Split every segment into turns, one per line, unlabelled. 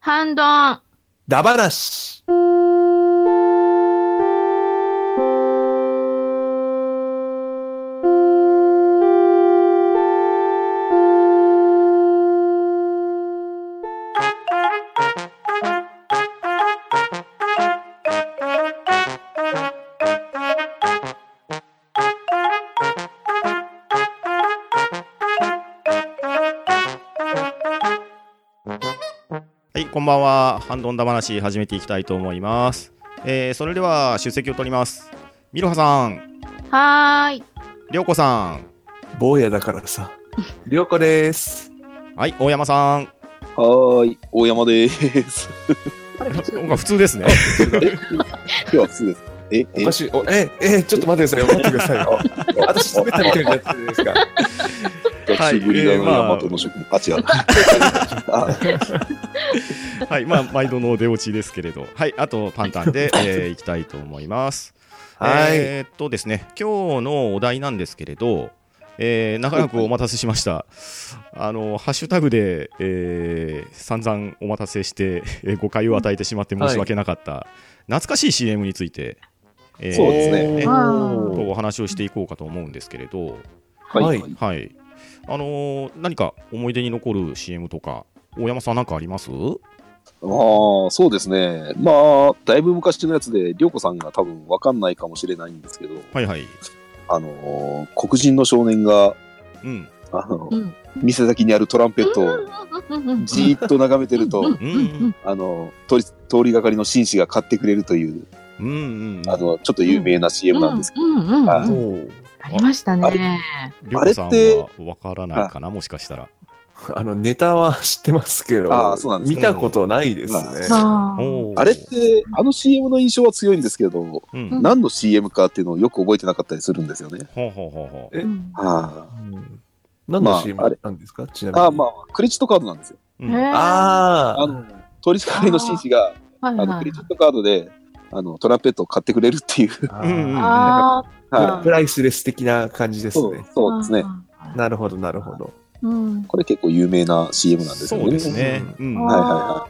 半ドン。
ダバなし。
はい、こんばんは。ハンドンダ話始めていきたいと思います。えー、それでは出席を取ります。ミロハさん、
はーい。
りょうこさん、
坊やだからさ。りょうこです。
はい、大山さん。
はーい、大 山です。
なんか普通 ですね。
今日は普通です。え、
お
え
か、しい。おえ、え、ちょっと待ってくだ さい。待ってくださいよ。私、滑ったみたいになってるんですか。
久しぶりだ
はい
な、
えーまあ
大和の職 務。あ、違う。あ
はい、まあ毎度の出落ちですけれど、はい、あとパンタンで、えー、いきたいと思います。
はい。
えーっとですね、今日のお題なんですけれど、えー、長らくお待たせしました。 あのハッシュタグで、えー、散々お待たせして、えー、誤解を与えてしまって申し訳なかった、懐かしい CM について、えー
そうですね
え
お
ー
ー
とお話をしていこうかと思うんですけれど、
はい。
は
はい、あのー何か思い出に残る CM とか、大山さんなんかあります？
ああ、そうですね。まあ、だいぶ昔のやつで、りょうこさんが多分わかんないかもしれないんですけど、
はいはい、
あのー黒人の少年が、
うん、
あの、
うん。
店先にあるトランペットをじーっと眺めてると、
うん
あの、通り、通りがかりの紳士が買ってくれるという、
うんうん、
あの、ちょっと有名な CM なんですけ
うんうんうん
は
お
い
ー
ありましたね。
りょうこさん
あれって
はわからないかな、もしかしたら。
あの、ネタは知ってますけど、
あーそうなんです
見たことないです
うん
ね。
あー
おー
ど、あれって、あの CM の印象は強いんですけど、
うん、
ん
ほ
何の CM かっていうのをよく覚えてなかったりするんですよね。
うほうほうほう。
え
うん
あ
うん何
ま
の
あ
CM なんですかちなみ
あ
に。
あ、まあ、クレジットカードなんですよ。
う
へ
ん
ー
あ
あの、取り掛かりの紳士が、
はい
あの、
は
ク
い
レジットカードで、あの、トランペットを買ってくれるっていう。
あ
うんうんうん
ー。
あー
は
プライスレス的な感じで
い。
す
そう
ね。
そうですね。。
なるほど、なるほど。
うん。
これ結構有名な CM なんですよね。
そうですね。うん。
あー
は
はいは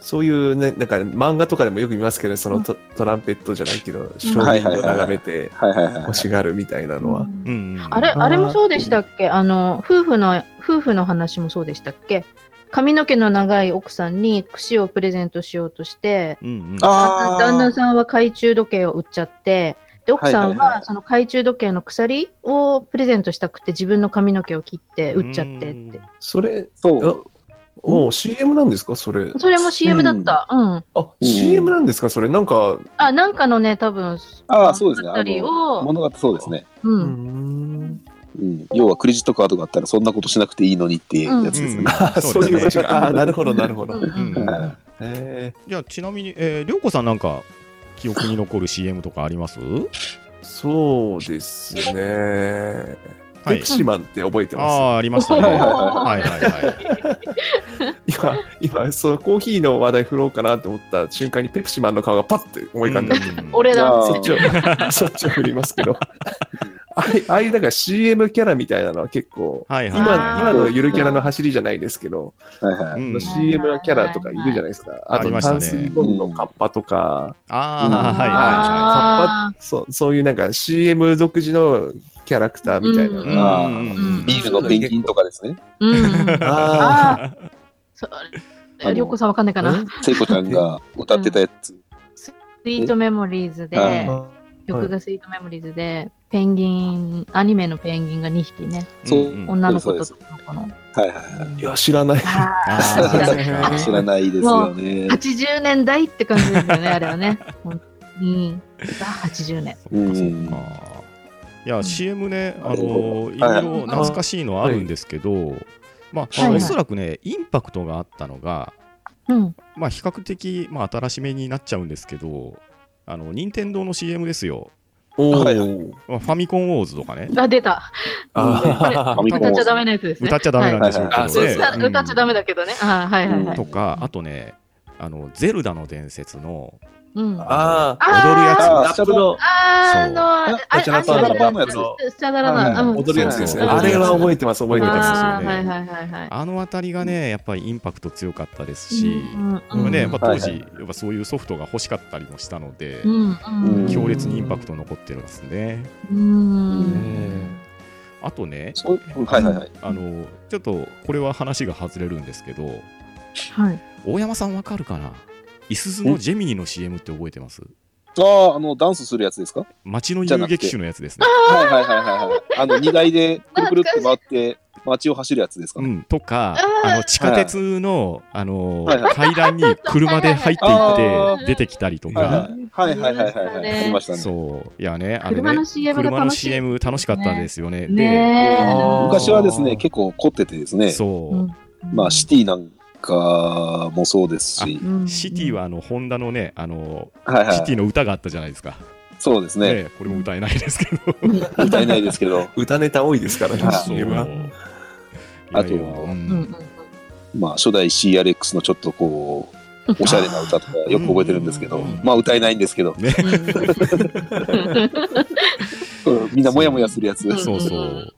そういうね、なんか漫画とかでもよく見ますけど、そのトトランペットじゃないけど、少年を眺めて
はいはいはい。
欲しがるみたいなのは。
いうんうん
あれ、あれもそうでしたっけあの、夫婦の、夫婦の話もそうでしたっけ髪の毛の長い奥さんに櫛をプレゼントしようとして、
うんうん。
ああ、
旦那さんは懐中時計を売っちゃって、で、奥さん
はいはいは
はその懐中時計の鎖をプレゼントしたくて自分の髪の毛を切って売っちゃって
うん
って。。
それ、
そう。
あおう CM なんですかそれ。
それも CM だった。うん。
あ、CM なんですかそれ。なんか、
あ、なんかのね、多分、
ああ、そうですね。あ
辺り
の、
を、
物語そうですね。
う
う
ー
ん。
ん。
うん。要はクレジットカードがあったらそんなことしなくていいのにっていうやつですね。
あ
そ
そうう
です
いう
ね
ことか。あなるほど、なるほど。
う
へ
んうん
うん
はい
え
じゃあちなみに、えー、りょうこさんなんか記憶に残る CM とかあります？
そうですね。
は
ペ
い
ク。シマンって覚えて
あ
ます
あありましたね。はいはいはい。
今、今、そう、コーヒーの話題振ろうかなと思った瞬間にペプシマンの顔がパッて思い浮かんだ。
うん
俺だ。
あ
そっちを、そっちを振りますけ ど。あれ、ああいう、だから CM キャラみたいなのは結構、
はいはい
今、
はい。
今のゆるキャラの走りじゃないですけど、
はいはい。
うん、
CM のキャラとかいるじゃないですか。あ
あり
と、
ましたね
淡水ゴムのカッパとか、
ああはいは
あ
そう、そういうなんか CM 独自のキャラクターみたいなの
い
が。
は
あ
い。
ー
うんうんうん
ビールのペンギンとかですね。
ーうん。
あ
ああ。そ
あの
りょうこさんわかんないかな。
聖子ちゃんが歌ってたやつ。
スイートメモリーズ
う
で
ん、
曲がスイートメモリーズで、ペンギン、アニメのペンギンが2匹ね、
そうん
ん
女の子と
そ
男の子の。
はいはいはい
いや、知らない。
あ
あ
ー知らない
ー
知らないですよね
ー。80年代って感じですよね、あれはね。本当に。あー80年。
そっかそっか。いや、CM ね、あ
なる
の
ほ
い
どはい
ろいろ懐かしいのはあるんですけど、ま
は
あ、
いはい
おそらくね、インパクトがあったのが、
うん。
まあ、比較的、まあ、新しめになっちゃうんですけど、あの任天堂の CM ですよ、
お
はい
ー。
まあファミコンウォーズとかね、
あ、出た。
あ
ファミコン
歌っちゃダメなやつですね。
歌っちゃダメなんでしょう
はいは
けどね、
いはいあそうです
歌歌っちゃダメだけどね。あーはいはいは
うん
い。
とか、あとね、あのゼルダの伝説の
うん。あ
ああ、
ー
踊るやつ
あー
ラップの、
あーあ
そう
の、あれ、あれ、
ジャ
あ
ラパン
れ、
ジャラパ
の
ンのや
つ
つ。
スタダラな。
はい
あ、もう
踊るやつですね。
そう
あれは覚えてます、覚えてます。
あー
覚
は
え
い
てますよね
はいはいはい。
あの辺りがね、やっぱりインパクト強かったですし、
うんうん
まあねやっぱ当時、
はい
やっぱそういうソフトが欲しかったりもしたので、
うんうん
強烈にインパクト残ってるんですね。
うん。
あとね、
そうはいはいはい。
あのちょっとこれは話が外れるんですけど、
はい。
大山さんわかるかなイスズのジェミニの CM って覚えてます
ああ、あの、ダンスするやつですか
街の遊撃手のやつですね。
はいはいはいはいはい。あの、荷台でくるくるって回って、街を走るやつですか
う
ね。
ん、とか
あー
あの地下鉄の、あの
はいは
階段に車で入ってい
あ
って出てきたりと
はい
か
は。いはいはいはいはいはい。
ね
ありましたね。
そういやね、あれね
車の CM が
車の
楽しい。
CM 楽しかったんですよね。
ねえ。
あー
昔はですね、結構凝っててです
で、
ね、
そう、
うん
まあ、シティなんかもそうですし、
うん
シティはあのホンダのね、あの
はいは
シティ
い。
の歌があったじゃないですか。
そうですね。
ね、これも歌えないですけど。
歌えないですけど、
歌ネタ多いですからね
はい、
CM は。
あと
いやいやう
うんうん
ん
うん
まあ、初代 CRX のちょっとこう、おしゃれな歌とかよく覚えてるんですけど
うん、
まあ歌えないんですけど、
ね、
うんみんなもやもやするやつ。
うん
そうそう。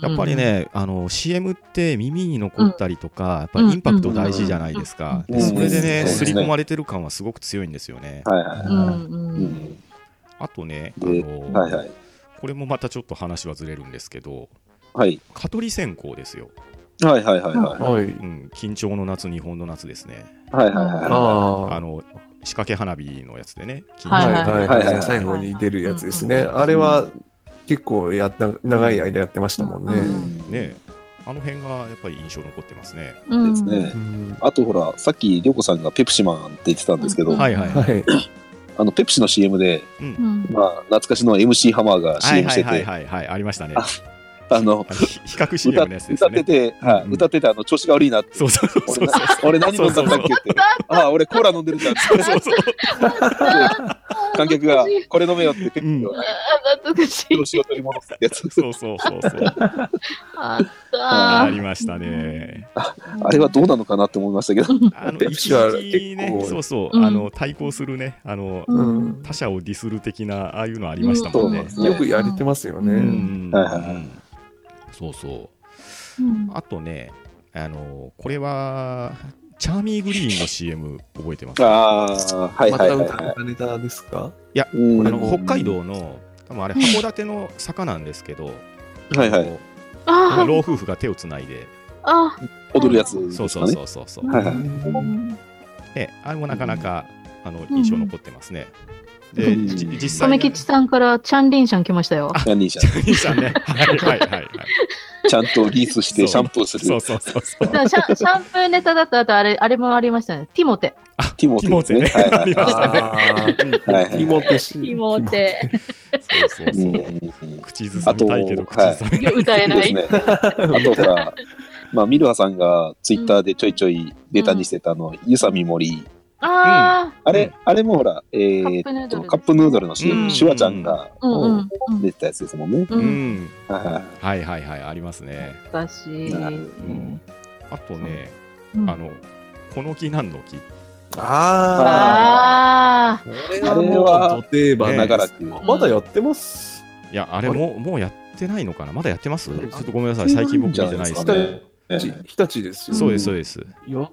やっぱり。ね、あの CM って耳に残ったりとか、やっぱりインパクト大事じゃないですか。
うん
でそれでね、
うん
刷り込まれてる感はすごく強いんですよね。
はいは
うんうんう
い。うん
うん
ん
あとね、あ
で
の
はいはい。
これもまたちょっと話はずれるんですけど、
はい。
蚊取り線香ですよ、
はいはいはいは
はい。
うん。緊張の夏、日本の夏ですね。
い。はいはいはいは
あ
あ
の仕掛け花火のやつでね、緊
あ。はいはいはい
はい
は。
はいい
最後に出るやつですね。あれは結構やった、長い間やってましたもん
い。
う
ね。
うん
ねあの辺がやっぱり印象残ってますね。
うん
ですね
う。ん
あとほら、さっき、りょうこさんがペプシマンって言ってたんですけど、
うん
はいはい。
はい。
あの、ペプシの CM で、
うん
うん
まあ、懐かしの MC ハマーが
はい
CM し
はい
て
はい
て、
はいはい、ありましたね。
ああの、
あのひ比較 CM のやつです
歌歌って
ね。
て、はい
うん
歌ってて、あの、調子が悪いなって。
そうそうそうそ
俺
う
な。俺何飲んだんだっけ って。ああ、俺コーラ飲んでるじゃんって。
そうそう
観客が、これ飲めよって、ペプシを
あ懐かしい
調。子を取り戻すってやつ。
そうそうそうそう。
あった
あ
ー
りましたね。
あれはどうなのかなって思いましたけど、
あ の
ペプシは
一時ね
結構
そうそうう、
ん
あの対抗するね、あの
う
うん
他者をディスる的なああいうのありました
そ
も
うんなん
ね
で。す
よ
ね。
くやれてますよ
う
うん
ね。
ん
はいはいはい
うんそうそう。
うん
あとね、あのこれはチャーミーグリーンの CM 覚えてます。い
ああ、はい
ま
は
た
いはい
歌
はい。
歌ネタですか
や、あ
うん
の北海道の多分あれ函館の坂なんですけど、
はいはい。
こう
あ
老夫婦が手をつないで、
あ
踊るやつ
そ
で
う
す
そ
か
う
ね。
そうそうそう。
はいはい
ね、あれもなかなか、あの印象残ってますね。で、
うん
じ実際
米
に。
吉さんからチャンリンシャン来ましたよ。
ジャニーち
ジャニーさんね。はいはいはいはい。
ゃん。ちゃんとリースしてシャンプーす
そ
る
う。そうそうそう。
シャンシャンプーネタだった後あれあれもありましたね。ティモテ。
あ
ティモテですね
ティモテね。ありましたね。
あ
はいはい
あ。 ティモテし。
ティモ テ。
そうそううんそうう。
んうん
口ずさみたいけど、
あと
口ずさみ。
歌え
そう
な
です
い。
ね。あとほら、まあ、ミルハさんがツイッターでちょいちょいデータにしてたあの、ユサミモリ。
あ
あれ、
うん
あれもほら、えー
カップヌードル
っと、
です
カップヌードルのシーン、
うん
シュワちゃんが
あ。うんうんうん
出てたやつですもんね。
う。
うんん。
はいはい
はいはいはい、ありますね。
難しい。
うんあとね、
うん
あの、この木なんの木。
あ
ああ。あ
あ
れ
れ
は
は、
ド定番
長
らく
まだやってます。
いや、あれもう、もうやってないのかなまだやってますち
う
ょ
ん
っとごめんなさい。最近僕見てないです
じゃないです
ね
か。
日立ですよね。
そうです、そうです。
いや、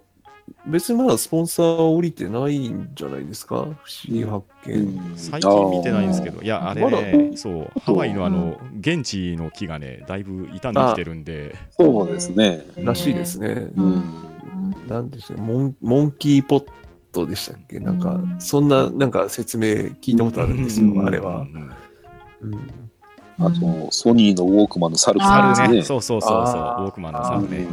別にまだスポンサーは降りてないんじゃないですか不思議発見。
最近見てないんですけど、いや、あれね
ま、
そう、ハワイのあの、現地の木がね、だいぶ傷んできてるんで、
あーそうですね。
らしいですね。
うん
なんでしょう、モンモンキーポットでしたっけなんか、そんな、なんか説明聞いたことあるんですよ、
うん
あれは。。うん
あと、ソニーのウォークマンのサル
あー
猿
で
ね。
す
そ
ね。
うそうそうそう。ウ
あー
ォークマンの猿ね。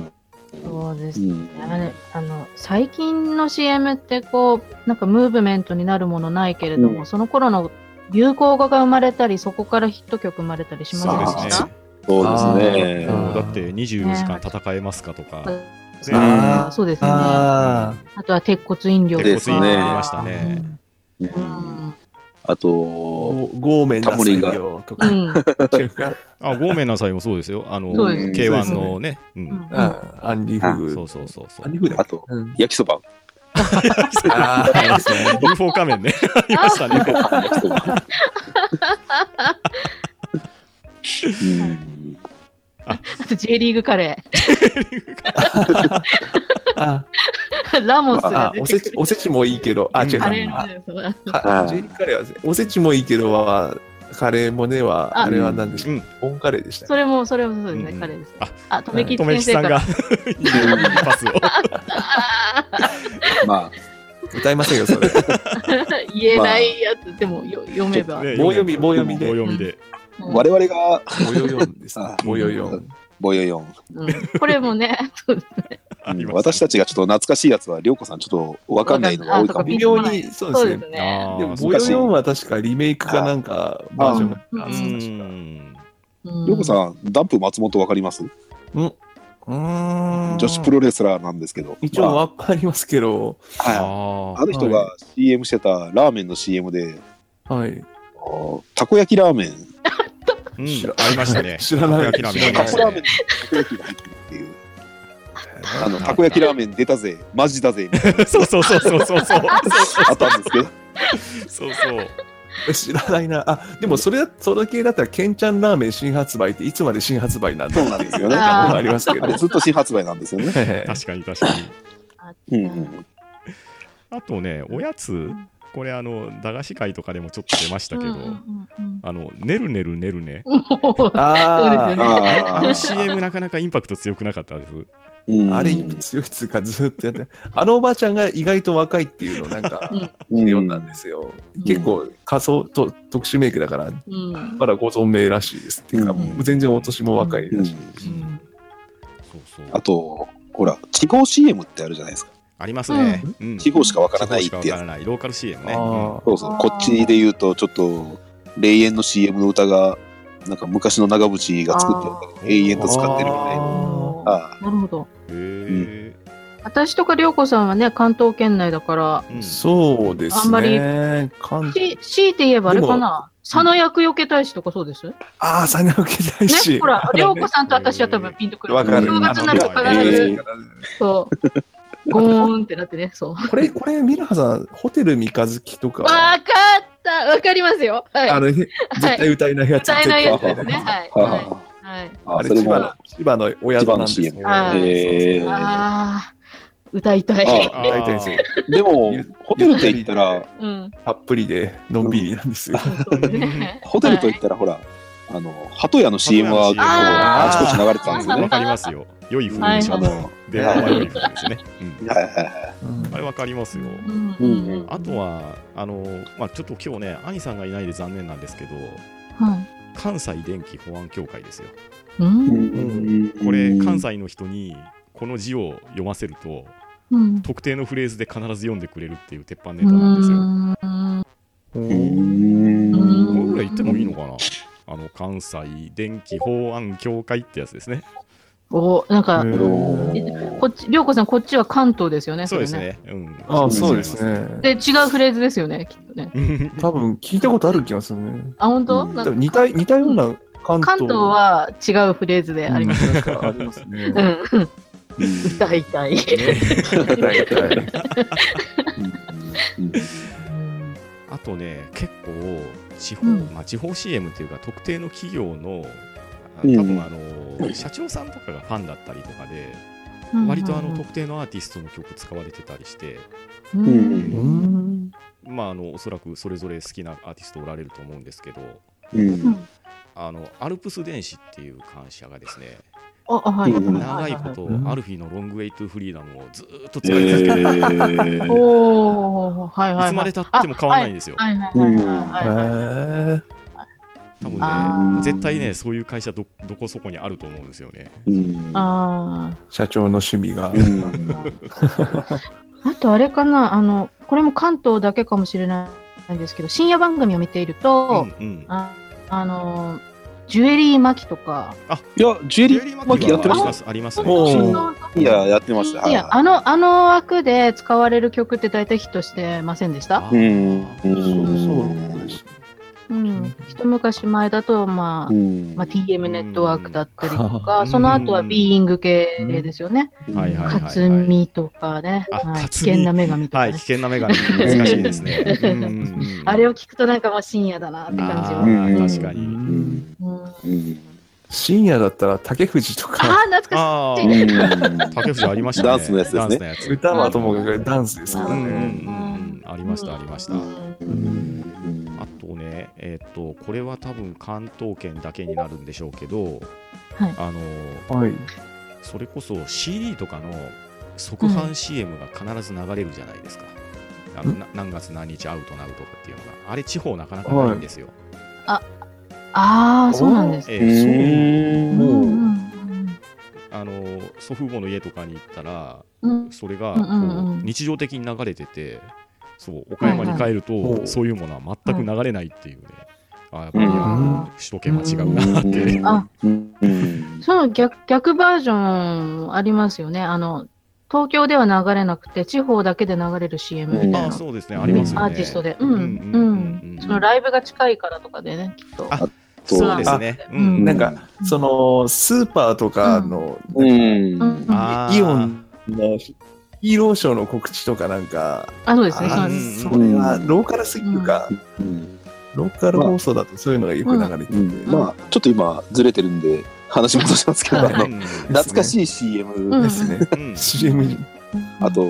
そうです
う
ね。
ん
あれあの最近の CM ってこうなんかムーブメントになるものないけれども、
うん
その頃の流行語が生まれたりそこからヒット曲生まれたりしませ
そ
ん
う
で
で
し
す
た
ね。
そうですね
あ。ー
だって24時間戦えますかとか。ね
そう
あー
そうですねあ
あ
とは鉄骨飲料とか
鉄骨飲料
ありました
あ。
ね。
うん
うん
あと、
ゴゴーメンな水量と
う
か。
ん
あ、ごめんなさいもそうですよ。あの、
そうです
K1 のね。うん
うん
あアンリーフ
そ
グ
う。そうそうそ
アン
う
リ。ーフグだ
あ
っけ
と、
うん
焼きそば。
ああ、そうですね。
UFO 仮 面ね。ありましたね。
うん
あと J リーグカレ
あ
ー。 ラモスが
あ、お
出
せ
て
ち
く、る。
おせちもいいけど、あ、違う
あ
か
れ
あ
そう
はジェリーカレーは、おせちもいいけどは、カレーもねは、
あ
あれは何でし
う
た
ん
っけボンカレーでしたっけ
それも、それもそうです
うんうん
ね、カレーですね
あ。
あ、とめき
とめ
先
きさ
生
ん
から
が。、 いいパスを。
あ
ま
歌いませんよ、それ。
ー 言えないやつでもよ読めば。
ね
棒読み棒読 みで
棒読みで。
あ、
うん
我々が、
もよよんですね
あ。
もよよん。
ボヨヨン、
うんこれもね、そう
ありました
私たちがちょっと懐かしいやつは、涼子さん、ちょっとわかんないのが多いかも。
あ
微妙に、そう
そう
です
です
ね。
ね。
あ
でも、
ー
もよよんは確かリメイクかなんか、バージョンが
あ
あ
ー
そううだ
うん
り
涼子さん、ダンプ松本わかります
うん。
女子プロレスラーなんですけど、
一応わかりますけど、
まあはい
あ
あの人が CM してたラーメンの CM で、
はい。
あーたこ焼きラーメン、
あ、うん、ありましたね。
知らない
たこ焼き
た
ラー
こラー
メ
メ
ン
ンにたこ焼きが入ってるっていう、あのたこ焼きラーメン出たぜ、マジだぜ、みたい
あり
な
ましたね。 そうそうそうそうそうそう。
あったんですけど、
そうそう。
知らないな。あ、でもそれ、それ系だったら、ケンちゃんラーメン新発売っていつまで新発売なんだ
そうなんですよね。
あ
あ
ー
ありますけど。
れずっと新発売なんですよね。
へへ
確かに確かに。
うんうん、
あとね、おやつ、これあの、駄菓子会とかでもちょっと出ましたけど、あの、ねるねるねるね。
そうですよね
あ
あ
あ
の
ー
CM なかなかインパクト強くなかったです。
うん
あ、あれ、強いつうかずっとやって、あのおばあちゃんが意外と若いっていうのをなんか、
うん
読んだんですよ。結構、仮想と特殊メイクだから、まだご存命らしいです。っていうか、
うん
もう全然お年も若いらしい。
うんそうそう。
あと、ほら、地方 CM ってあるじゃないですか。
ありますね。うん
地方しかわからないってやつ
地方しかわからない。ローカル CM ね。
あ
そうそ
あ。
う
ー
こっちで言うと、ちょっと、霊園の CM の歌が、なんか昔の長渕が作った歌
あ
が
ー
永遠と使ってるみたいな。
あ
あ
なるほど。
うんへ
私とか涼子さんはね、関東圏内だから、
え。うん
そうですね。
あんまり
関
し強いて言えばあれかな、佐野厄除け大使とかそうですね、
ああ、佐野家大使。
ほら、涼子さんと私は多分ピンとくる。
わかる。
正月になる
あ
と
の
必
え
ず、
ー
そう、ゴーンってなってね、そう。わ
これ、これ、ミラハさん、ホテル三日月とか、
かったわかりますよ。はい。
あの、ね、絶対歌えないやつ。
歌えないやつ
絶
です
対
ね。はい。
あ
はい。
ー
はい、
あ
あ
ー、
れ
それ
千
も
葉、の、千葉のお宿なんですけど
千
葉の CM
えー
ああ、歌いたい。
あ
あー
大体そう。
でも、ホテルって言ったら、
うん。
たっぷりで、のんびりなんですよ。
そうですね。
ホテルと言ったら、ほら、あの、鳩屋の CM は
鳩屋の CM
あちこち流れてたんですよ
わ
ね。
かりますよ。良い風にし
あ
よう
の、
と。
は
電話は良い風ですね。うん
いはいはい。
うん
あれわかりますよ。
うん
うんうん
あとは、あの、まあちょっと今日ね、兄さんがいないで残念なんですけど、
はい
関西電気保安協会ですよ。
うん
これ、関西の人にこの字を読ませると、
うん
特定のフレーズで必ず読んでくれるっていう鉄板ネ
う
タなんですよ。
ん
う
うん
ん。
これぐらい言ってもいいのかなあの関西電気法案協会ってやつですね。
おなんか、
うん
こっち涼子さんこっちは関東ですよね。
そうです
れね。
ね。うん、
ああ、そうです。ね。
で違うフレーズですよね。きっとね。
多分、聞いたことある気がするね。
あ本当？
うん
なん
多
か
分似た、似たような関
関
東。
東は違うフレーズで
うん、
あります。
なんかありますね
う。んうん。
うん
歌いたい。
大体。
うん
あとね、結構地方、
うん
まあ、地方 CM というか、特定の企業の、あ
うん
多分あの社長さんとかがファンだったりとかで、割とあの特定のアーティストの曲使われてたりして、
うん
う
うん
ん。
まあ、あのおそらくそれぞれ好きなアーティストおられると思うんですけど、
うん
うん
あのアルプス電子っていう会社がですね、
ああはい。
うん
長いこと
う、ん
アルフィーのロングウェイトフリーダムをずーっと
え
使い続け
お
て、
ー
おはいはいはい。
いつまで経っても変わらないん
で
ですよ。
はいはいはいはいはいはい。
へ
多分
あ
ね、
ー
絶対ね、そういう会社ど、どこそこにあると思うんですよね。
うん
ああ。
え社長の趣味が。
うん
あとあれかな、あの、これも関東だけかもしれないんですけど、深夜番組を見ていると、
んうん
ああの、ジュエリー巻きとか、
いや、ジュエリ
ジュエリ
ー
ー
巻
巻
き
き
や
は
ってました。
ありますあります
お
ね。
ー
いや、やってました。はいい
や、あの、あの枠で使われる曲って大体ヒットしてませんでした
あ
うん。
ー
うん
そうそうなんです。
うん、一昔前だと、まあ、
うん
まあ、TM ネットワークだったりと
う
か、
ん
その後はビーイング系ですよね。
はいはいはい
勝見とかね、
あ
はい危
勝見
険な女神と
は
か
い、
ね
危。険な目が難しいですね。うんうん
あれを聞くとなんかもう深夜だなって感じ
あ
は。
ー
うん
確か
う
に。
うんん
うんあ
うん
深夜だったら竹藤
あ
とか、
ー、懐かし
あ
う
う
あ、
ん
竹藤ありましたね。
ダンスのやつで
ダ
すね
ンスのやつ
歌はともかくダンスですか
う
ら
んうんうん
ね。
うんありました、ありました
い。。うん
うん
あとね、えっと、これは多分関東圏だけになるんでしょうけど、
はい
あの、
はい。
それこそ CD とかの即販 CM が必ず流れるじゃないですか。あのな何月何日アウトなるとかっていうのが、あれ地方なかなかないんですよ。
ああ、そうなんです。
え
う
えそう
うん
ん
うんうん
あの祖父母の家とかに行ったら
うん
それが
う
こ
んうんうん
う日常的に流れててそう岡山に帰る
はいは
と
い
そういうものは全く流れないっていうねあやっぱり
うん
あの首都圏は違うなって
あ
うん
その逆逆バージョンありますよね。あの東京では流れなくて、地方だけで流れる CM みたいな。
あそうですねありますよね
アーティストで。うん。
う
うんん。
うんうん
そのライブが近いからとかでね、きっと。
あ
そう
そうですね
あ
うん
なんか、その、スーパーとかの、
う
うんん
あー
イオンのヒーローショーの告知とかなんか、
あ、そうですね。
あ
そう
ー
です。
それはローカルすぎるか、
うん
ローカル放送だとそういうのがよく流れて
う
て。
んまあちょっと今ずれてるんで話戻しますけどあの懐かしい CM
ですね。
うん
CM に。
あと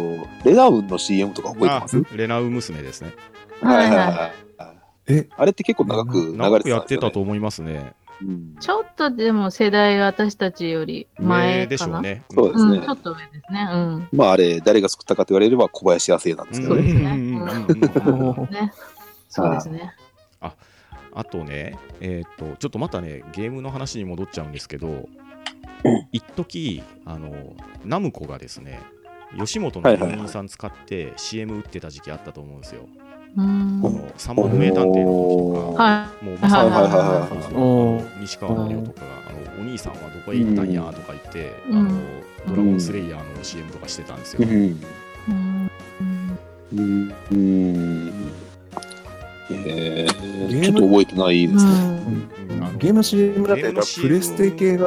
レナウンの CM とか覚えて
あ
ます
レナウ娘ですね
はいはい
い
え
あれって結構長く流れてたん
長
です
く
よ
や
ね
ってたと思いますね
うん
ちょっとでも世代が私たちより前
ねで
か
し
な。
ょうね
そうです
う
ね
ん、ちょっと上ですね。うん。
まああれ誰が作ったかと言われれば小林亜生なんですけ
そ
ど
う
ね
ですね
んうんうんうん
ね。そうですね。
あとね、えーっと、ちょっとまたね、ゲームの話に戻っちゃうんですけど、一時あのナムコがですね、吉本の芸人さん使って CM 打ってた時期あったと思うんですよ。
うん。
あ
はい。
の三万名探偵の時とか、
あ
もうまさに
はいはい
はいはい
そうそ
お
うあの西川のりとかが、あのお兄さんはどこへ行ったんやとか言って、
うん
あのドラゴンスレイヤーの CM とかしてたんですよ。
うんうんうんえーちょっと覚えてないですね
うんあの
ゲームの CM だったら
ゲームの
プレステ系が、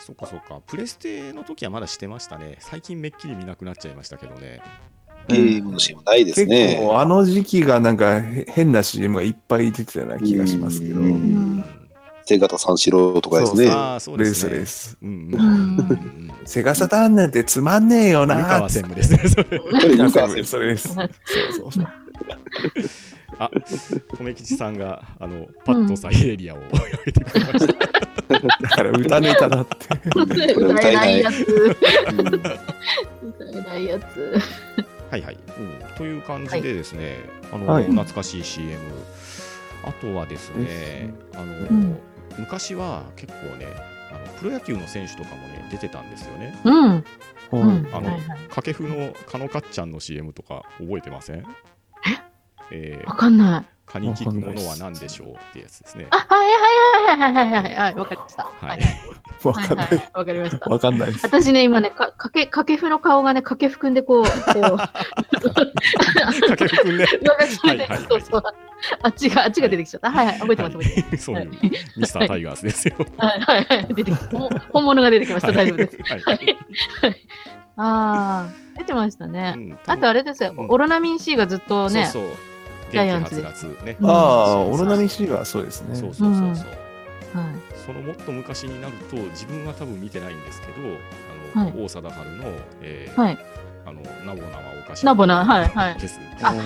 そっかそっか、プレステの時はまだしてましたね。最近めっきり見なくなっちゃいましたけどね。
ゲームの CM ないです
結
ね
構あの時期がなんかへ変な CM がいっぱい出てたような気がしますけど
う。ん手形三四郎とかです
えそう
ね
そう
ああ、そう
レ
で
ー
す
ス
ね。
レース。
うんうんうんうんうん。
セガサターンなんてつまんねえよ
湯
な
川専務ですね、それ。
やっぱり
湯
湯川
川専務
先生
それです。そうそうそう。
あ、米吉さんが、あの、パッとサイエリアを 挙げてくれました。
だから歌ネタだって。
歌えないやつ。歌えないやつ。
はいはい、うん。という感じでですね、あの、
はい
懐かしい CM。あとはですね、あの、
ん
昔は結構ね、あのプロ野球の選手とかもね、出てたんですよね。
うん。
う
うんん。
あの
はいはい
掛布のカノカッちゃんの CM とか覚えてませんええ
わかんない。
カニキックものは何でしょうってやつですね。
あ、はいはいはいはいはいはいはい。わかりました。
は
はいい。
わ
はい
かんな。
はいい。わかりました。
わかんないです。
私ね、今ね、か、かけ、かけふの顔がね、かけふくんでこう、こう、
掛布くんね。
上が決めて
はいはいはい
そうそう。あっちが、あっちが出てきちゃった。はいはい、覚えてます、覚えて
そういう、ミスタータイガースですよ。
ます。はいはいはい、出てきた。ほん本物が出てきました、大丈夫です。
はい。
ああ、出てましたね。
うん
あとあれですよ、オロナミン C がずっとね、
そうそう。
ジャイアンツ
元気はつらつね。
うん
ああ、
そう
オ
そう
ロナミシーはそうですね。
そうそうそうそう。
はい、
そのもっと昔になると、自分は多分見てないんですけど、あ
はい
の、王貞治の、えー
はい、
あの、ナボナはおかしい。
ナボナはいはい
です。
あ
はい。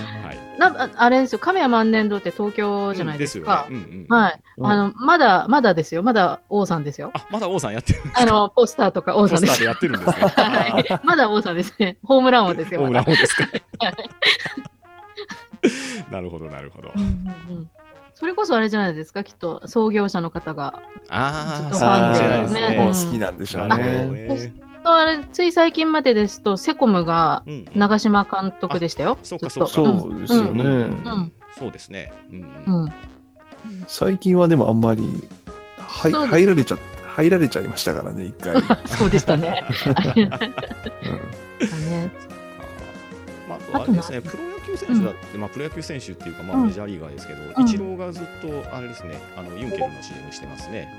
なああれですよ、亀屋万年堂って東京じゃないですか。
うんですよね。うんうん
はい、
うん
あのまだまだですよ、まだ王さんですよ。
あ、まだ王さんやってる。
あのポスターとか王さ
ポ
ん
ス
で
ター
す
で。やってるんですね。
はい、まだ王さんですね。ホームラン王ですよ。
王
まだ
な方ですか。
はい
なるほど、なるほど。
うんうんうんそれこそあれじゃないですか、きっと創業者の方が。ち
ああ、
ょっと
そ
フ
うか
ァ
も
ン
し
でね
ああもう。好き
れないですね
なんでしょう
なるほど
ね。
ね。
とあれつい最近までですと、セコムが
うんうん
長嶋監督でしたよ。
そうか
ずっと
そうか
そうですよ
う
ね。
んそうですね。うん
う
うん
んうん
最近はでもあんまり、はい、
そうです
入られちゃ、入られちゃいましたからね、一回。うん
そうでしたね。あれだね
あまあ、あとあれですね、プロ野球選手だって、まあ、プロ野球選手っていうか、まあ、
うん
メジャーリーガーですけど、
ん
イチローがずっと、あれですね、あのユンケルの CM してますね。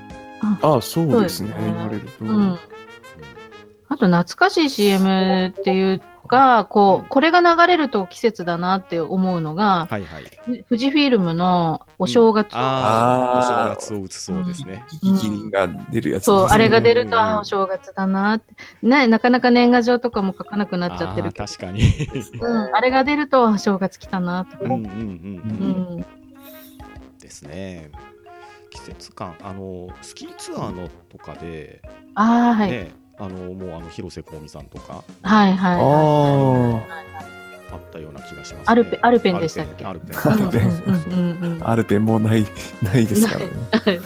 ああ、そうですね。
そうですね
言われると。
うん。あと、懐かしい CM っていうか、こう、これが流れると季節だなって思うのが、
はいはい。
ふ富士フィルムのお正月、
あ
あー
あ、お正月を打つそうですね。
生きキリンが出るやつですね、
そう、あれが出る
うん
と、ああ、お正月だなって。ね、なかなか年賀状とかも書かなくなっちゃってるけ
あ
ど
ー、確かに。
うん、あれが出ると、あ正月来たなとか。
うんうんうん
う
うん。
ん。
ですね。季節感、あの、スキーツアーのとかで、
ああ、はい。
ね、あの、もうあの広瀬香美さんとか、
はいはいはい。
あ
あったような気がします、ね。
アルペアルペンでしたっけ
アルペン。
う
ア
ん
ルペ
う
ン
んうんうん
あ、アルペンもうない、ないですからね。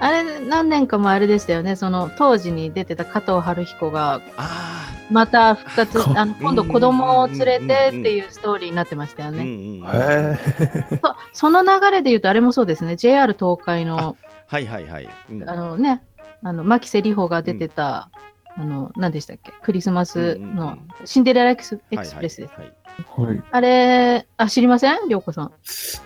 あれ、何年かもあれでしたよね。その、当時に出てた加藤春彦が、
あ
また復活
こ、
あの、今度子供を連れてっていうストーリーになってましたよ
あ、うんう
ね。
んうん。
へ
そその流れで言うと、あれもそうですね。JR 東海の、
はいはいはい。うん
あのね、あの、牧瀬里穂が出てた、あの、何でしたっけクリスマス
うんうんう
の
ん、
シンデレラエクスエクスプレスです。
はいはい
え。はい。
あれ、あ、知りませんりょうこさん。あ、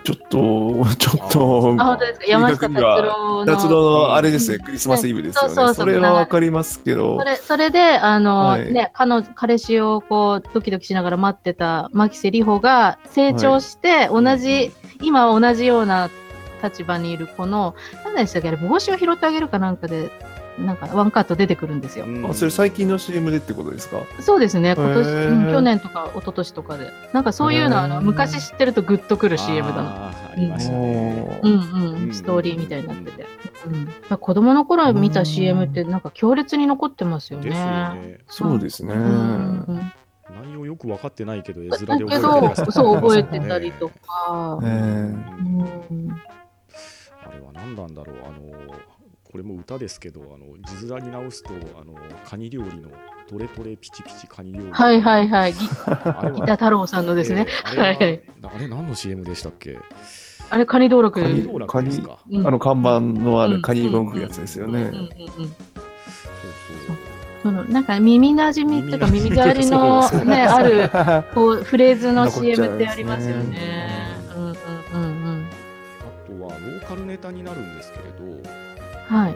ちょっと、 ちょっと。
あ本当ですか山下達郎の。
達郎のあれですね、クリスマスイブですよ
そうそうそ
ね。
う
それはわかりますけど
そ、れそれで、あの、
はい
ね、彼女、彼氏をこう、ドキドキしながら待ってた牧瀬里穂が成長して、
い
同じ、今は同じような立場にいる子の、何でしたっけあれ、帽子を拾ってあげるかなんかで、なんかワンカット出てくるんですよ。
うん
あそれ最近の CM でってことですか
そうですね、今年、
へー
うん去年とか一昨年とかで。なんかそういうのは、あ
へ
の、
ー
昔知ってるとグッとくる CM だな。
あーありましたね。
うん
おー
う
うん
ん、ストーリーみたいになってて。うん、だから子供の頃見た CM ってなんか強烈に残ってますよね。
ですよね。
そうですね。
うんうん
内容よく分かってないけど、絵面で
だ
覚え
け
てたり
ど、
とか
そう覚えてたりと。か。
ね
ね
うん
あれは何なんだろう、あのこれも歌ですけど、あの字面に直すとあの、カニ料理のトレトレピチピチカニ料理。
はいはい
い。
はい。ギギ
あれは
タ太郎さんのですね。。
えーあ
は
れ
い
はあれ何の CM でしたっけ
あれ、カニ道楽。
カ
カ
ニ
ニ道楽ですか。
うん
あの看板のあ
う
る
ん
カニが動くやつですよ
うんうんう
ね。
ん
そう
そのなんか耳なじみとか耳
耳馴
障り の
染み
ねあるこうフレーズの
残っちゃう
CM ってありますよね。うんうんうんうん。
そう。あとはローカルネタになるんですけれど、
はい。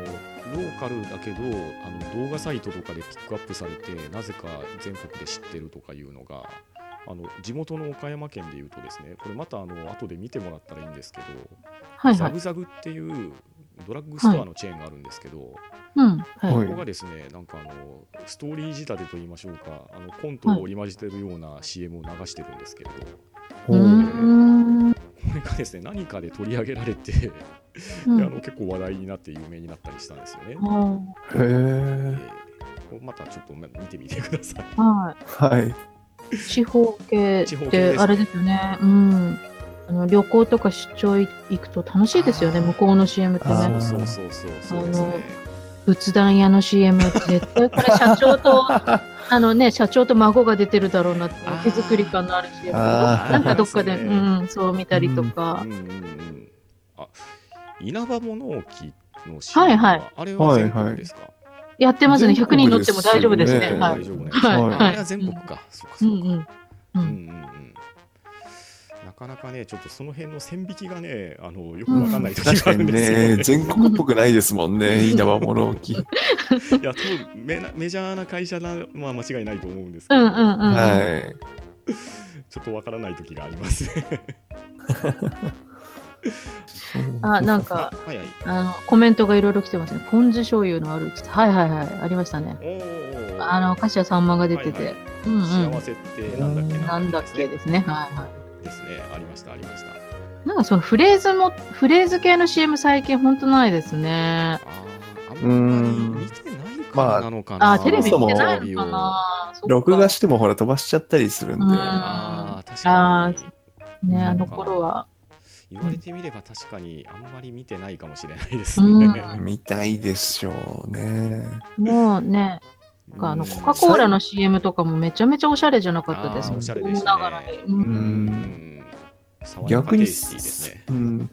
ローカルだけどあの動画サイトとかでピックアップされてなぜか全国で知ってるとかいうのがあの地元の岡山県でいうとですねこれまたあの後で見てもらったらいいんですけど、
はいは
ザ
い
グ。ザグっていうドラッグストアのチェーンがあるんですけど、
うん。はい
は
こ
い
こがですねなんかあのストーリー仕立てと言いましょうかあのコントを織り交じってるような CM を流してるんですけれど、
ほう
うーん
これがですね何かで取り上げられて、で
う
あの
ん
結構話題になって有名になったりしたんですよね。
は
へえ。
えーまたちょっと見てみてください。
いは
はい。
い。地方系っ
地方系です
て
ね
あれですよね。うん。あの旅行とか出張い行くと楽しいですよね。
あー
向こうの CM って
あ
ね
ー。
そうそうそうそうそうですね。
仏壇屋の CM 絶対これ社長とあのね社長と孫が出てるだろうなっていう手作り感のある CM
あー
なんかどっかで、
ありますね
うんそう見たりとか
う、んうんうん。あ、稲葉物置の CM
はいはい
あれは全国ですか。
やってますね
全
100
国
人乗っても大丈夫ですね
ですよね
は
大
い
丈夫ね。
はい
はい
あれは全国か。そうか
う
そ
ん
うか。
うんう
うんうん
ん
うん。なかなかね、ちょっとその辺の線引きがね、あのよくわかんない時
確
が
か
あるん
に
ですよね。
ね、全国っぽくないですもんね、稲葉物置。
いや、多分メなメジャーな会社な、まあ間違いないと思うんですけ
う
ど、
んうんうん、
はい。
ちょっとわからない時がありますね。
あなん
あ
か
はいはい。
あのコメントがいろいろ来てますねポン酢醤油のあるはいはいはいありましたね
おー
あの柏さんまが出てて、
はいはい
うんう
幸せってなんだっけ
んなんだっけ
で
ですすねはいはい
ねですねありましたありました
なんかそのフレーズもフレーズ系の CM 最近ほんとないですね
あーあ
うんん
まり見てないからなのかな
あー、テレビ
そ
見
も
てないのかな。そっか
録画してもほら飛ばしちゃったりするんで。
うん
あー確かに
ね、あの頃は。
言われてみれば確かにあんまり見てないかもしれないです
う
ね、
ん、
見たいでしょうね。
もうね、
う
あのコカ・コーラの CM とかもめちゃめちゃおしゃれじゃなかったです
あーおしゃれでし
な
た
がら
ね
うん
うん
うん爽やか
逆
テ
に、
イスティーですね。
うん、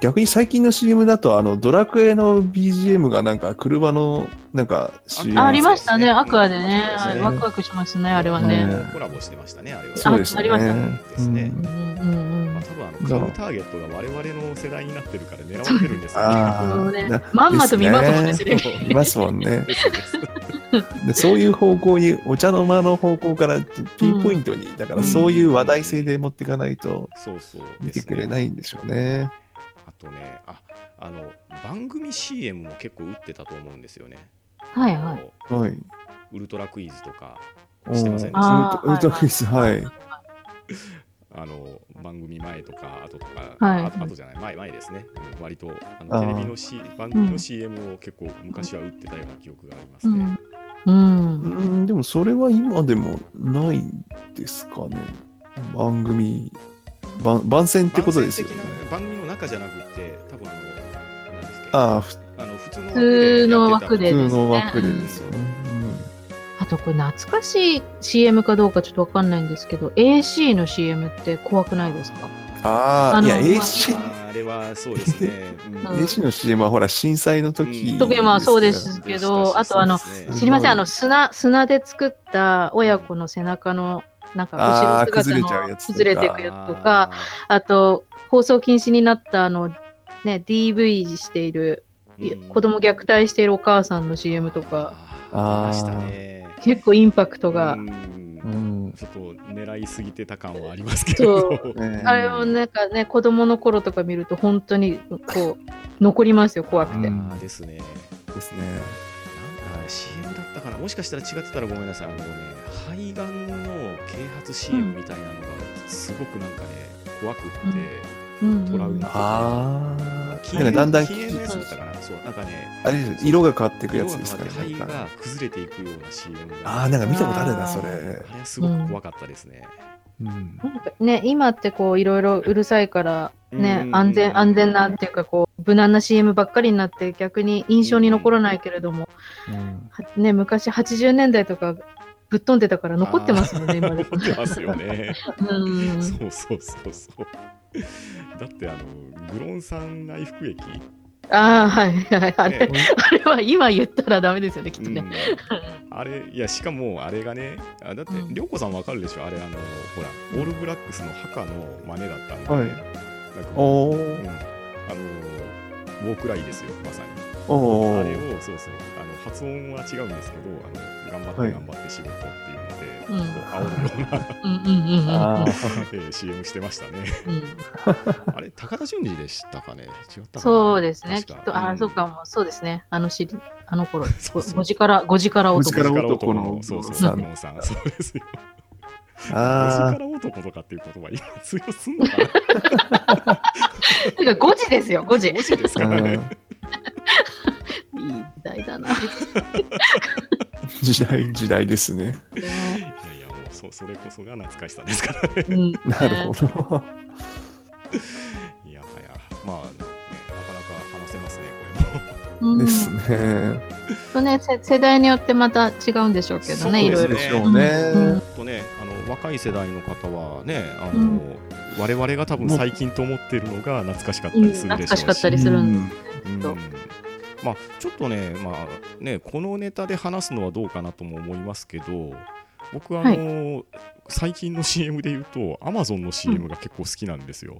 逆に最近の CM だと、あの、ドラクエの BGM がなんか、車の、なんか CM。
あありましたね、
うん
アクアでね。
そうですね
ワクワクしますね、あれは
うん
ね。
コラボしてましたね、あれは。
そうです
あ
ね。
ありました
ですね
うん
うんうんう
まあ、
ん
多分あの買うターゲットが我々の世代になってるから狙われてるんですよ
あ ー
そうね
な、
まんまと見ますもんね、
です
それ
ね
見て
いますもんね。
ですです
でそういう方向に、お茶の間の方向からピンポイントに、だからそういう話題性で持っていかないと
そうそう
見
で
て
す
くれ
ね。
ないんでしょうね。
あとね、ああの番組 CM も結構打ってたと思うんですよね。
はいはい。
あの
はい。
ウルトラクイズとか、
うん
してません
あー
ウルトラクイズ、はい。
あの番組前とか、後とか、
はい
あ後じゃない、前前ですね。うん割とあ
あ
の
ー
テレビの、C、番組の CM を結構昔は打ってたような記憶があります
う
ね。
ん。うん
う。ん、でもそれは今でもないんですかね。番組、番番宣ってことですよね
番。組的な番組の中じゃなくて、多分あの、なんですけど、
ああ、普
あの普通の
普通の枠で
通
ですね
の枠でですよね。
あとこれ懐かしい CM かどうかちょっとわかんないんですけど AC の CM って怖くないですか
うんああ、
あの
いや、
まあ
AC
あれはそうですね。
うん
AC の CM はほら、震災の時、
うん
時もそうです
うん
けどあとあの
そうですね
知りません
うん
あの砂砂で作った親子の背中のなんか
あー
後ろ姿の
崩れちゃうやつとか
崩れていくやつとか、あと放送禁止になったあのね DV している、
うん
子供虐待しているお母さんの CM とか
あーありま
あー
したね。
結構インパクトが、
うん
うん
ちょっと狙いすぎてた感はありますけ
そ
ど。
ね
あれもなんかね子供の頃とか見ると本当にこう残りますよ怖くて、
うん
あーですね。
ですね。
なんか CM だったかな。もしかしたら違ってたらごめんなさい。あのね、肺がんの啓発 CM みたいなのがすごくなんかね怖くって。
うん
トラウマ
ああ、
禁
なんか
煙
だんだん、
禁煙のやつだったかな。そうなんかね。
あれですよ色が変わっていくやつですか
ね
ね。
肺
なんか
が崩れていくような CM が
ああ、なんか見たことあるな、それ。
あれはすごく怖かったですね。
うん
なんかね、今ってこういろいろうるさいから、ね
う、ん
安全、安全なっていうかこう、無難な CM ばっかりになって逆に印象に残らないけれども、はね、昔80年代とかぶっ飛んでたから残ってますもんね、今でも
残ってますよね。
うん。
そうそうそうそう。だってあのグロン酸内服液、
ああ、はいはい。あれ、
ね
あれは今言ったらダメですよね、きっ
う
とね。
ん、あれいやしかもあれがねあだって
うん
涼子さんわかるでしょあれあのほらオールブラックスの墓の真似だったんで、
はい
なんか
お
うん、
ー
あのウォークライですよまさに。
お
あれ
ー。
をそうそうあの発音は違うんですけどあの頑張って
はい
頑張って仕事っていう
うん
ので、あお煽るような、
うんうんうんうん
あー
えー CM してましたね
うん。
あれ高田純次でしたかね違ったかな
そうですね、き
確
っと。ああ、
ん
そうかも、そうですね。あのしり、あの頃、
そうそう
5時から、5時から
5
男
時から
男
男
の
の
そうそう
さん
グロンさんそうですよ
あ
力男とかっていう言葉今通用すん のかな
てか5時ですよ、5時。
5時です
あ。
からね
うん
いい時代だな。
時代、時代ですね。
いやいやもうそそれこそが懐かしさですからね
うん
なるほど。
いやはやまあねなかなか話せますねこれも
うん
ですね。
とねせ世代によってまた違うんでしょうけ
そ
ど
う
ね、い
で
ろ
す
い
そう
ろ
で。しょうね。
うん
ちょっとねあの若い世代の方はねあの、
うん
我々が多分最近と思ってるのが懐かしかった
うん
りする
懐
でしょう
か
し,、
しかったりするん
うん
そう
まあ、ちょっとね,、まあ、ねこのネタで話すのはどうかなとも思いますけど僕はあの、最近の CM で言うとアマゾンの CM が結構好きなんですよ、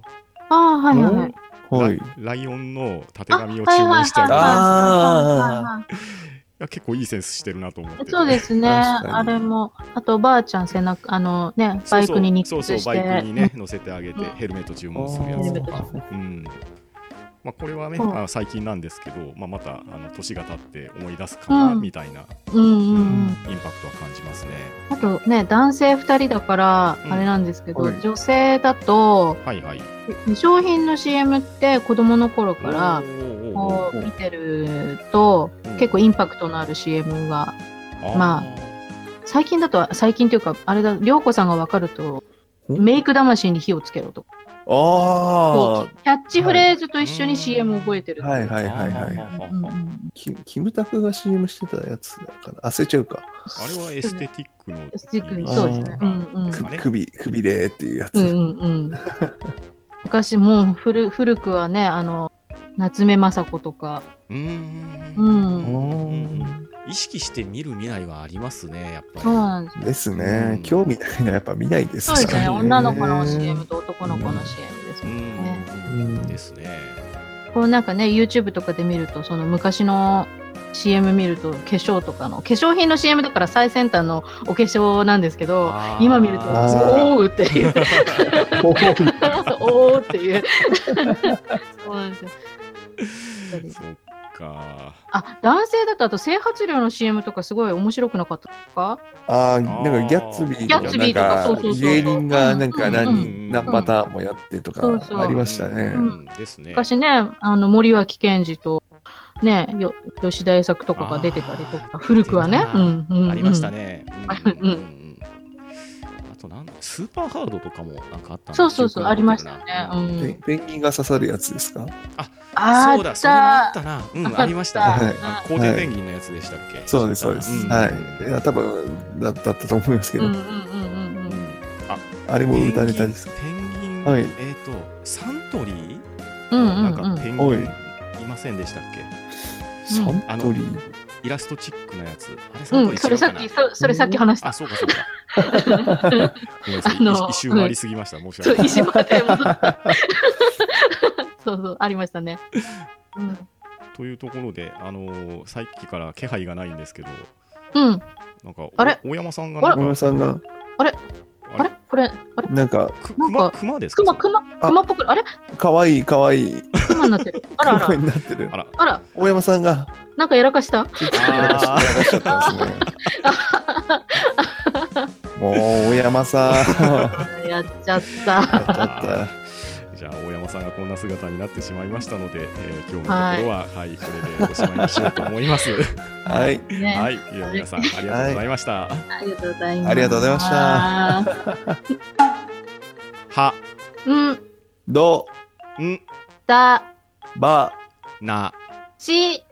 ああ、はいはいはい。
はい。
ライオンの縦紙を注文しちゃう、
あはいはいはい
い
あ
や結構いいセンスしてるなと思ってて
そうですね、
確かに
あれも、あとおばあちゃん、背中、あのね、バイクに肉
そう
つ
そう
し
そうそうバイクに
て、
ね乗 せてあげて、
うん
ヘルメット注文するやつとか、うんまあ、これはね、
うん
あ最近なんですけど、まあ、またあの年が経って思い出すかな、
うん
みたいな、
うんうん
う
うんん、
インパクトは感じますね。
あとね、男性2人だから、
うん
あれなんですけど、
はい
女性だと、
はいはい。
化粧品の CM って子供の頃から
おー
こ
おーおー
う見てると、
うん
結構インパクトのある CM がまあ最近だと、最近というか、あれだ、涼子さんが分かると、
ん
メイク魂に火をつけろとか、
あ
こうキャッチフレーズと一緒に CM を覚えてる
あ。はいはいは
ー
い
あ
はい。
ー
うんうん
あ
う
ー
ん
キキムタクが CM してたやつだから、あ、忘れちゃうか。
あれはエステティックの。
スティックそうですね。うんうん。
く
あ れ
首、首でっていうやつ。
うんうんうん。昔もう古古くはねあの夏目雅子とか、
う
うんん、
ん意識して見る未来はありますね、やっぱり。
そうなんです。
です
うん
ね。興味ないのはやっぱ見ないです
そうです
から
ね。女の子の CM
ね
と男の子の CM です
う
もんね。
んですね。
こうなんかね、YouTube とかで見ると、その昔の CM 見ると、化粧とかの、化粧品の CM だから最先端のお化粧なんですけど、
あー
今見ると、
あ
おおうっていう、おおっていう。そうなんですよ。
そっか。
あ、男性だとあと整髪料の CM とかすごい面白くなかったですか
ああ、なんかギャッツビー
ギャッツビーとかそうそうそうそう
芸人がなんか
うんうん
何
うん
人、何パターンもやってとか
そうそう
ありましたね
う。んですね。
昔ね、あの森脇健児と、ね、よ吉田栄作とかが出てたりと
あー
か、古くはね、
出てた
う
な
んうん
ありました。ね。
うんうん
ん。あとなんだスーパーハードとかもなんかあったな
そうそうそう、ありましたね。う
ペ
ん、
ペンギンが刺さるやつですか
あ
そう
ー
だ、
っ
それもあ
た
ったな。う
あっ
ん、
た
ありましたね。
は
コーテンペンギンのやつでしたっけ
そうです、そうです。
ん
はい。いや、多分だだったと思いますけ
うん
ど
うんう、んうん
う
うん
ん
あれも歌ネタです。
ペンギン、
はい
えっ、と、サントリー、
うんうん
なんかペンギ
おい
ンいませんでしたっけ
うん
サントリー
イラストチックなやつ。あれサン
う
ト
ん、
リ
そ
ー違
れ
う
さ
か
っ
な、
き、そそれさっき話した。
あ、そうかそうか。 ごめんなさい、
あの
一一周回りすぎました。申し
そう
訳ない。
石まで戻った そうそう、ありましたね。うん、
というところで、あのーさっきから気配がないんですけど、
うん、
なんか、お
あれ
大山さんが
あ
な
ら
小
ん
山
か、
さんが、
あれ、これ、あれ、
なんか、
く
なん
熊
か
熊ですか
熊、熊、熊っぽく、あれ、
かわいい、かわいい、
熊になってる。あらあ
声
ら、
になってる
あ。ら、
あら、
大山さんが、
なんかやらかした。
あー
ちょっとやらかしちゃったんで すね。もう、大山さん。やっ
やっちゃ った。
ちゃっ
じゃあ大山さんがこんな姿になってしまいましたので、えー今日のところは、はい、これでおしまいにしようと思い ます。
た。はい。
ね、
はい、いや皆さんありがとうございました。は
ありがとうございます。。
ありがとうございました
うん、
ど、
ん
だ、
ば、
な。
し。